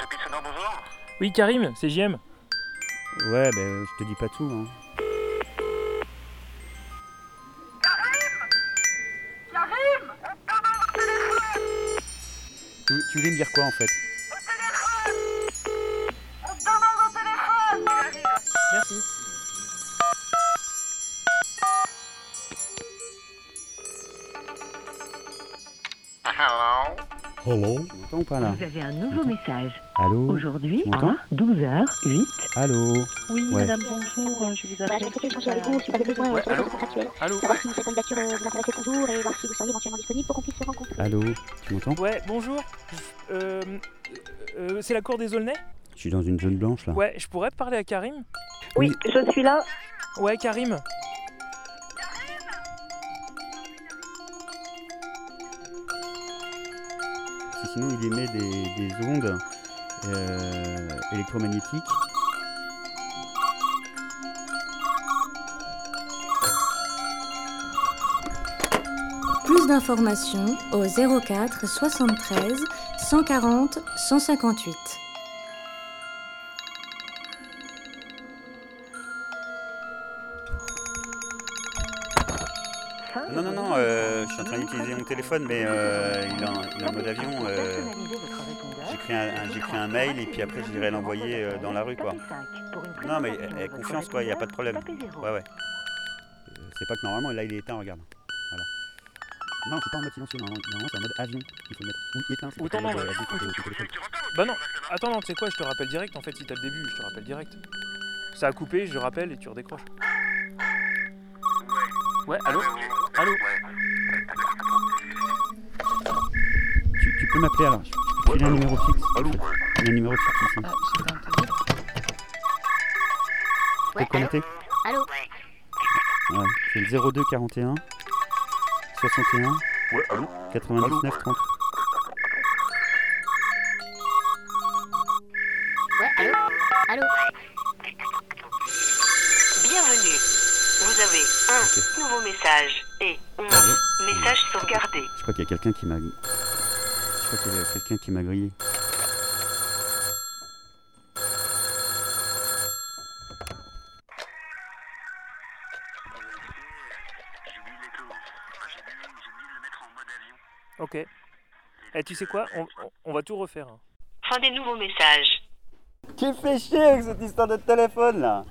Depuis Sonore, bonjour. Oui, Karim, c'est JM. Ouais, ben je te dis pas tout. Hein. Tu, tu voulais me dire quoi en fait Merci. Hello. Hello Tu m'entends ou pas là Vous avez un nouveau message. Allô Aujourd'hui tu m'entends à 12h08. Allô Oui, Ouais. madame, bonjour, euh, je vous Bah, appelle. je vais essayer de suite changer avec vous si vous avez besoin euh, sur les Allô questions contractuelles. Allô Savoir si cette candidature euh, vous intéressait toujours et voir si vous seriez éventuellement disponible pour qu'on puisse se rencontrer. Allô Tu m'entends Ouais, bonjour. Euh, euh, c'est la cour des Aulnay Je suis dans une zone blanche là. Ouais, je pourrais parler à Karim Oui, je suis là. Ouais, Karim. Parce que sinon il émet des, des ondes euh, électromagnétiques. Plus d'informations au 04 73 140 158. Non, non, non, euh, je suis en train d'utiliser mon téléphone, mais euh, il est en, il est en mode avion. euh, J'écris un, un- j'écris un mail et puis après j'irai l'envoyer euh, dans la rue quoi. Non mais euh, euh, confiance quoi, il n'y a pas de problème. Ouais ouais. Euh, C'est pas que normalement là il est éteint, regarde. Voilà. Non, c'est pas en mode silencieux, normalement, normalement, c'est en mode avion. Il faut le mettre ou éteint. c'est Ou t'en pas enlèves. le avion, c'est le- c'est le téléphone. Bah non, attends, non, tu sais quoi, je te rappelle direct en fait, si t'as le début, je te rappelle direct. Ça a coupé, je rappelle et tu redécroches. Ouais, allô Allô Tu, tu peux m'appeler alors, je je peux te filer un numéro fixe. Allô Il y a un numéro fixe ici. Ah, j'ai pas entendu. Tu peux te connecter Allô Ouais, c'est le 02 41 61 Ouais, allô 99 30. Ouais, allô Allô Bienvenue. Vous avez un Ok. nouveau message et un message sauvegardé. Je crois qu'il y a quelqu'un qui m'a. Je crois qu'il y a quelqu'un qui m'a grillé. J'ai oublié les taux. Ah, J'ai oublié j'ai oublié de le mettre en mode avion. Ok. Eh, tu sais quoi on, on- on va tout refaire. hein. Fin des nouveaux messages. Qui fait chier avec cette histoire de téléphone là